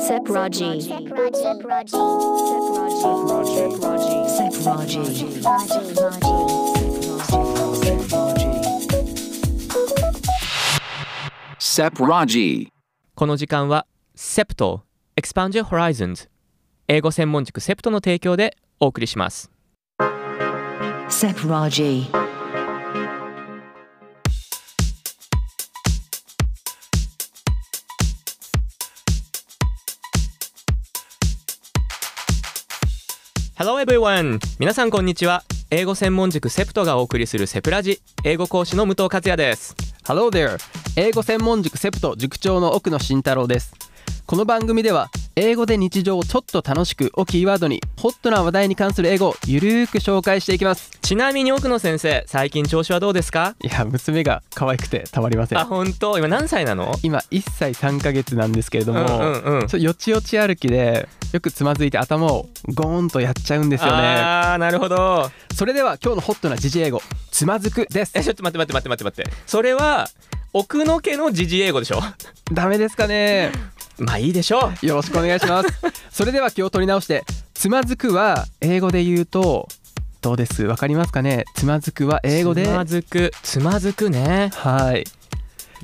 Sepraji. Sepraji. Sepraji. Sepraji. この時間は SEPTO Expand Your Horizons 英語専門塾 SEPTO の提供でお送りします Sepraji. ハローエブリ o n ン皆さんこんにちは英語専門塾 SEPTO がお送りするセプラジ英語講師の武藤克也です Hello there! 英語専門塾セプト塾長の奥野慎太郎です。この番組では、英語で日常をちょっと楽しくをキーワードに、ホットな話題に関する英語をゆるーく紹介していきます。ちなみに奥野先生最近調子はどうですかいや、娘が可愛くてたまりませあん。本当今何歳なの今、1歳3ヶ月なんですけれども、うんうんうんちょよちよち歩きで、よくつまずいて頭をゴーンとやっちゃうんですよね。ああなるほどそれでは今日のホットな時事英語、つまずくですえ。ちょっと待って待って待って待って待ってそれは奥野家の時事英語 でしょダメですかねまあいいでしょうよろしくお願いし ます。それでは気を取り直して、つまずくは英語で言うと、どうですわかりますかねつまずくは英語でつ、まずくつまずくねはい。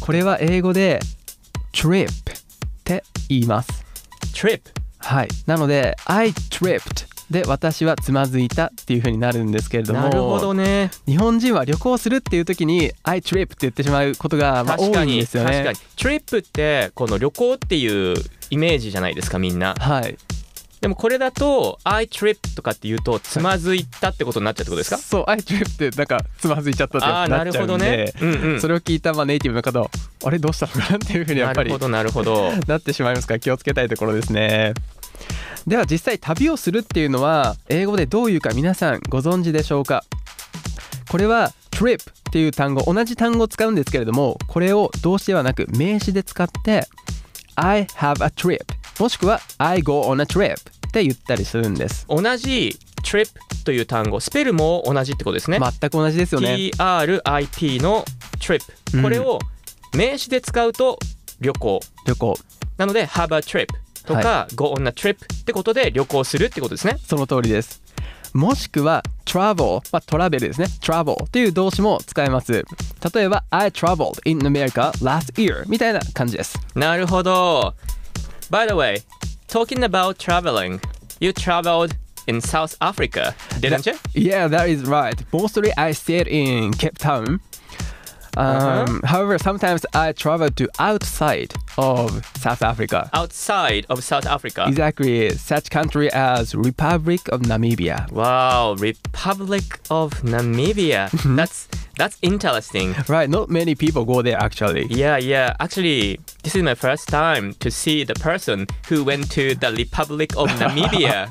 これは英語で、trip って言います。 trip はい。なので、I tripped で私はつまずいたっていう風になるんですけれども、なるほどね日本人は旅行するっていう時に、I trip って言ってしまうことがまあ確多かいんにですよね。確かにトリップってこの旅行っていうイメージじゃないですかみんなはい。でもこれだと「I trip」とかっていうとつまずいたってことになっちゃうってことですかそう、I trip ってなんかつまずいちゃったってあやあつにななっるちゃほうんで、どねうんうんそれを聞いたまあネイティブの方はあれどうしたのかなっていうふう にやなっぱるりほどなるほどなってしまいますから気をつけたいところですねでは実際旅をするっていうのは英語でどういうか皆さんご存知でしょうかこれは trip っていう単語同じ単語を使うんですけれどもこれを動詞ではなく名詞で使って I have a trip もしくは I go on a trip って言ったりするんです同じ「trip」という単語スペルも同じってことですね全く同じですよね TRIP の trip、うんこれを名詞で使うと旅行旅行なので have a trip とか、go on a trip ってことで旅行するってことですねその通りです。もしくは travel、まあ、トラベルですね。travel という動詞も使えます。例えば I traveled in America last year みたいな感じです。なるほど By the way talking about traveling you traveled in South Africa didn't you? Yeah, that is right. Mostly I stayed in Cape Town. Um, However, sometimes I travel to outside of South Africa. outside of South Africa Exactly, such country as Republic of Namibia. Wow, Republic of Namibia. that's that's interesting. Right, not many people go there actually. Yeah, yeah. Actually, this is my first time to see the person who went to the Republic of Namibia.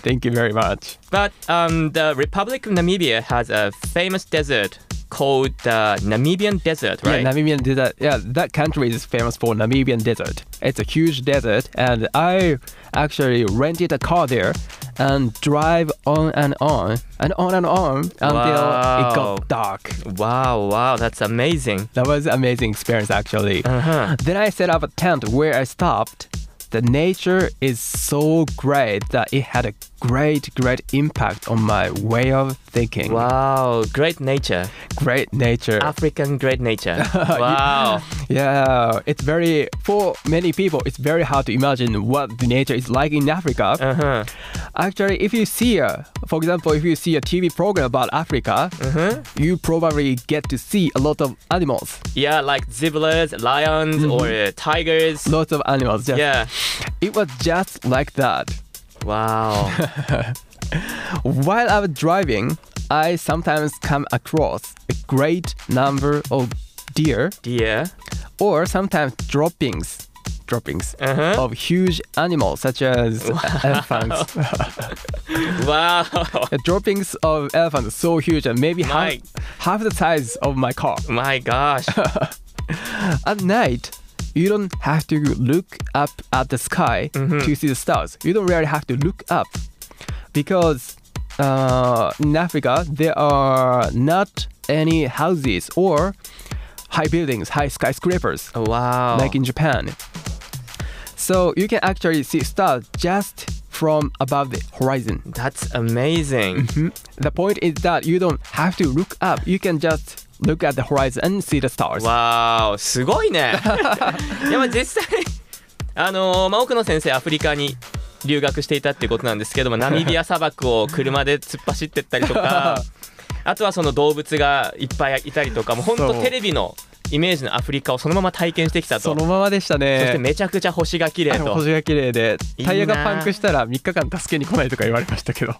Thank you very much. but um, the Republic of Namibia has a famous desert called the Namibian Desert, right? Yeah, Namibian desert. Yeah, that country is famous for Namibian desert. It's a huge desert, and I actually rented a car there and drive on and on and on and on until it Wow. got dark. wow, wow, that's amazing. That was amazing experience actually. Uh-huh. Then I set up a tent where I stopped. The nature is so great that it had a great, great impact on my way of thinking. Wow, great nature. Great nature. African great nature. wow. Yeah, it's very for many people. It's very hard to imagine what the nature is like in Africa. Uh-huh. Actually, if you see a, for example, if you see a TV program about Africa, Uh-huh. you probably get to see a lot of animals. Yeah, like zebras, lions, or uh, tigers. Lots of animals. Just, Yeah. It was just like that. Wow. While I was driving, I sometimes come across a great number of deer Dear. or sometimes droppings. Droppings Uh-huh. of huge animals such as elephants. Wow. The droppings of elephants are so huge and maybe half, Mike. half the size of my car. My gosh. At night, you don't have to look up at the sky to see the stars. You don't really have to look up because uh, in Africa there are not any houses or high buildings, high skyscrapers Oh, Wow. like in Japan. So you can actually see stars just from above the horizon. That's amazing. Hmm? The point is that you don't have to look up. You can just look at the horizon and see the stars. わーすごい ねいやまあ実際あのーまあ、多くの先生アフリカに留学していたっていうことなんですけどもナミビア砂漠を車で突っ走ってったり とかあとはその動物がいっぱいいたりとかもう本当そうテレビのイメージのアフリカをそのまま体験してきたとそのままでしたそしてね。めちゃくちゃ星が綺麗あの と星が綺麗でいいなタイヤがパンクしたら3日間助けに来ないとか言われました けど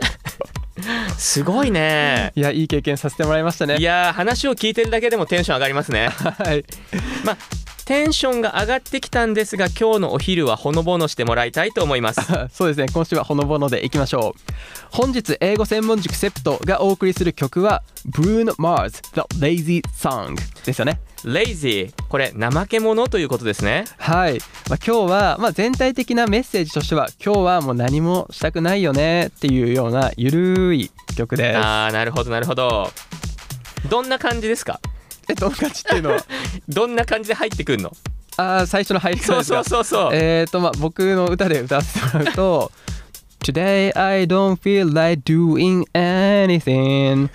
すごいねいやいい経験させても らいましたねいやー話を聞いてるだけでもテンション上がりますねはい まあテンションが上がってきたんですが今日のお昼はほのぼのしてもらいたいと思いますそうですね今週はほのぼのでいきましょう本日英語専門塾セプトがお送りする曲はブルーノ・マーズ The Lazy Song ですよねレイジーこれ怠け者ということですねはい、まあ、今日は、まあ、全体的なメッセージとしては今日はもう何もしたくないよねっていうようなゆるい曲ですああなるほどなるほどどんな感じですかえどんな感じっていうのはどんな感じで入ってくんのあー最初の入り方そうですかそうそうそうえーとまあ僕の歌で歌わせてもらうと Today I don't feel like doing anything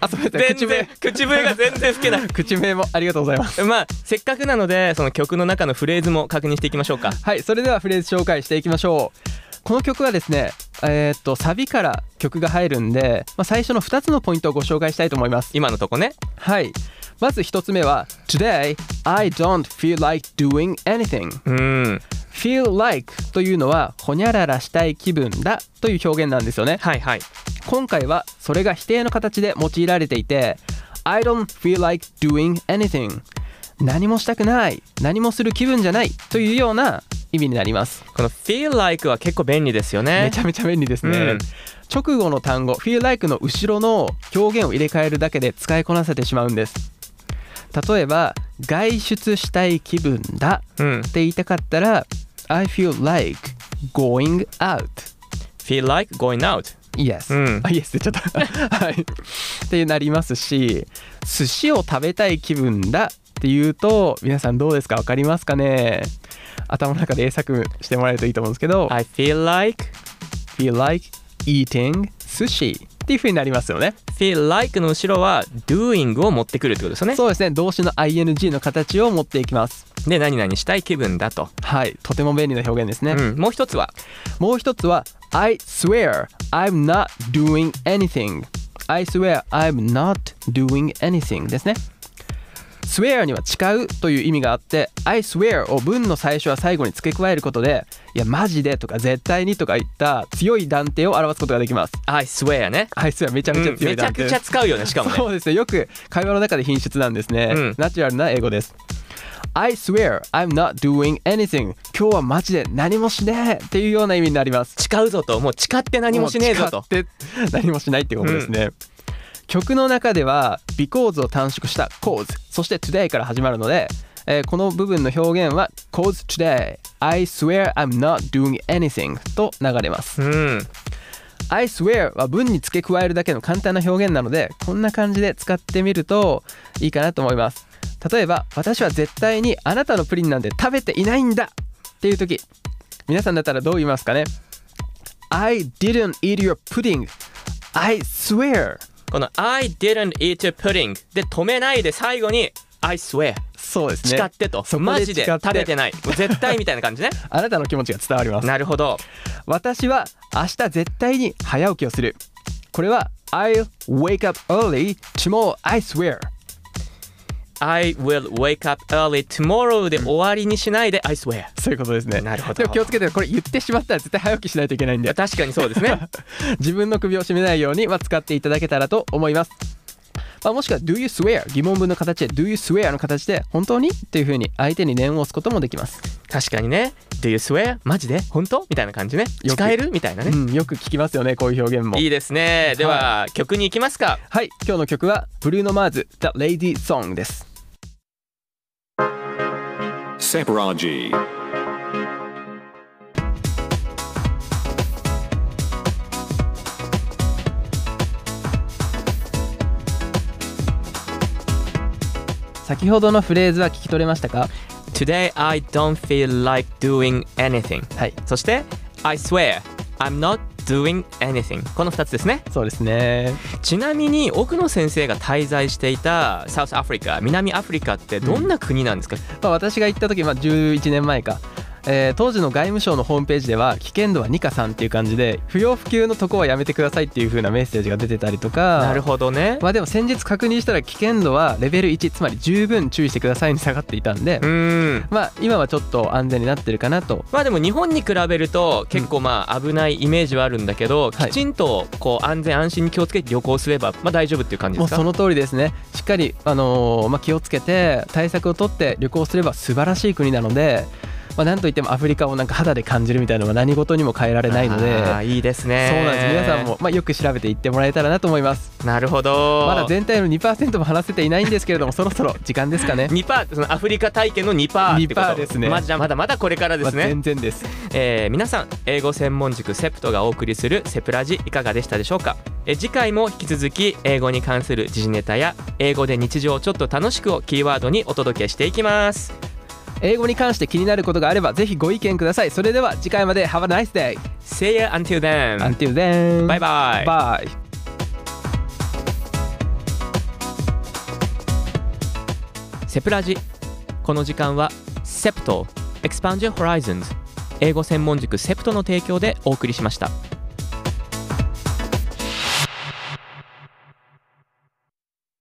あすみません全口笛然口笛が全然吹けない口笛もありがとうございますまあせっかくなのでその曲の中のフレーズも確認していきましょうかはいそれではフレーズ紹介していきましょうこの曲はですねえーっとサビから曲が入るんで、まあ、最初の2つのポイントをご紹介したいと思います今のとこねはいまず1つ目は Today I don't feel like doing anything うん feel like というのはほにゃららしたい気分だという表現なんですよねはいはい今回はそれが否定の形で用いられていて I don't feel like doing anything 何もしたくない何もする気分じゃないというような意味になります、この feel like は結構便利ですよめねちゃめちゃ便利ですね、うん直後の単語 feel like の後ろの表現を入れ替えるだけで使いこなせてしまうんです例えば外出したい気分だうんって言いたかったら I feel like going out feel like going out Yes、うんあ Yes って言っちゃ った、はい、ってなりますし寿司を食べたい気分だっていうと皆さんどうですか分かりますかね頭の中で英作してもらえるといいと思うんですけど、 I feel like feel like eating sushi っていう風になりますよね feel like の後ろは doing を持ってくるってことですよねそうですね動詞の ing の形を持っていきますで何々したい気分だと、はいとても便利な表現ですね、うん、もう一つはもう一つは I swear I'm not doing anything I swear I'm not doing anything ですね swear には誓うという意味があって I swear を文の最初や最後に付け加えることでいやマジでとか絶対にとかいった強い断定を表すことができます I swear ね I swear めちゃめちゃうん強めいちゃ断定、くちゃ使うよねしかもねそうですねよく会話の中で品質なんですね、うんナチュラルな英語です I swear I'm not doing anything 今日はマジで何もしねえっていうような意味になります誓うぞともう誓って何もしねえぞともう誓って 何もしないっていうことですね、曲の中では because を短縮した cause そして today から始まるので、えーこの部分の表現は cause today I swear I'm not doing anything と流れますうん、 I swear は文に付け加えるだけの簡単な表現なのでこんな感じで使ってみるといいかなと思います例えば私は絶対にあなたのプリンなんて食べていないんだっていう時皆さんだったらどう言いますかね I didn't eat your pudding I swear この I didn't eat a pudding で止めないで最後に I swear そうです誓ねってと、そこでマジで誓って食べてないもう絶対みたい な感じねあなたの気持ちが伝わりますなるほど私は明日絶対に早起きをするこれは I'll wake up early tomorrow I swear I will wake up early tomorrow で終わりにしないで I swear そういうことですね。なるほどでも気をつけて、これ言ってしまったら絶対早起きしないといけないんで、確かにそうですね自分の首を絞めないように、まあ、使っていただけたらと思います。まあ、もしくは、do you swear? 疑問文の形で、do you swear? の形で、本当にっていうふうに相手に念を押すこともできます。確かにね Do you swear? マジで本当みたいな感じねよく誓えるみたいなね、うん、よく聞きますよね、こういう表現も。いいですねでは、曲に行きますかはい、今日の曲は、ブルーノ・マーズ、The Lady Song です。 Separaji. 先ほどのフレーズは聞き取れましたか Today I don't feel like doing anything はいそして I swear I'm not doing anything この2つですねそうですねちなみに奥野先生が滞在していたサウスアフリカ南アフリカってどんな国なんですか、まあ、私が行った時、まあ、11年前か、えー当時の外務省のホームページでは危険度は2か3っていう感じで不要不急のとこはやめてくださいっていう風なメッセージが出てたりとかなるほどねまあでも先日確認したら危険度はレベル1つまり十分注意してくださいに下がっていたんで、うんまあ今はちょっと安全になってるかなとまあでも日本に比べると結構まあ危ないイメージはあるんだけど、はいきちんとこう安全安心に気をつけて旅行すればまあ大丈夫っていう感じでもうすかその通りですねしっかり、あのーまあ、気をつけて対策を取って旅行すれば素晴らしい国なので、まあ、なんといってもアフリカをなんか肌で感じるみたいなのは何事にも変えられないので。あーいいですねそうなんです皆さんも、まあ、よく調べていってもらえたらなと思いますなるほどまだ全体の2%も話せていないんですけれ どもそろそろ時間ですかね2%ってそのアフリカ体験の2%ってこと2%ですねまあじゃあまだまだこれからですまあね、全然ですえー皆さん英語専門塾セプトがお送りするセプラジいかがでしたでしょうか、えー次回も引き続き英語に関する時事ネタや英語で日常をちょっと楽しくをキーワードにお届けしていきます英語に関して気になることがあればぜひご意見くださいそれでは次回まで Have a nice day! See you until then Until then! Bye bye Bye! 「セプラジ」この時間は「セプト Expand Your Horizons」英語専門塾セプトの提供でお送りしました。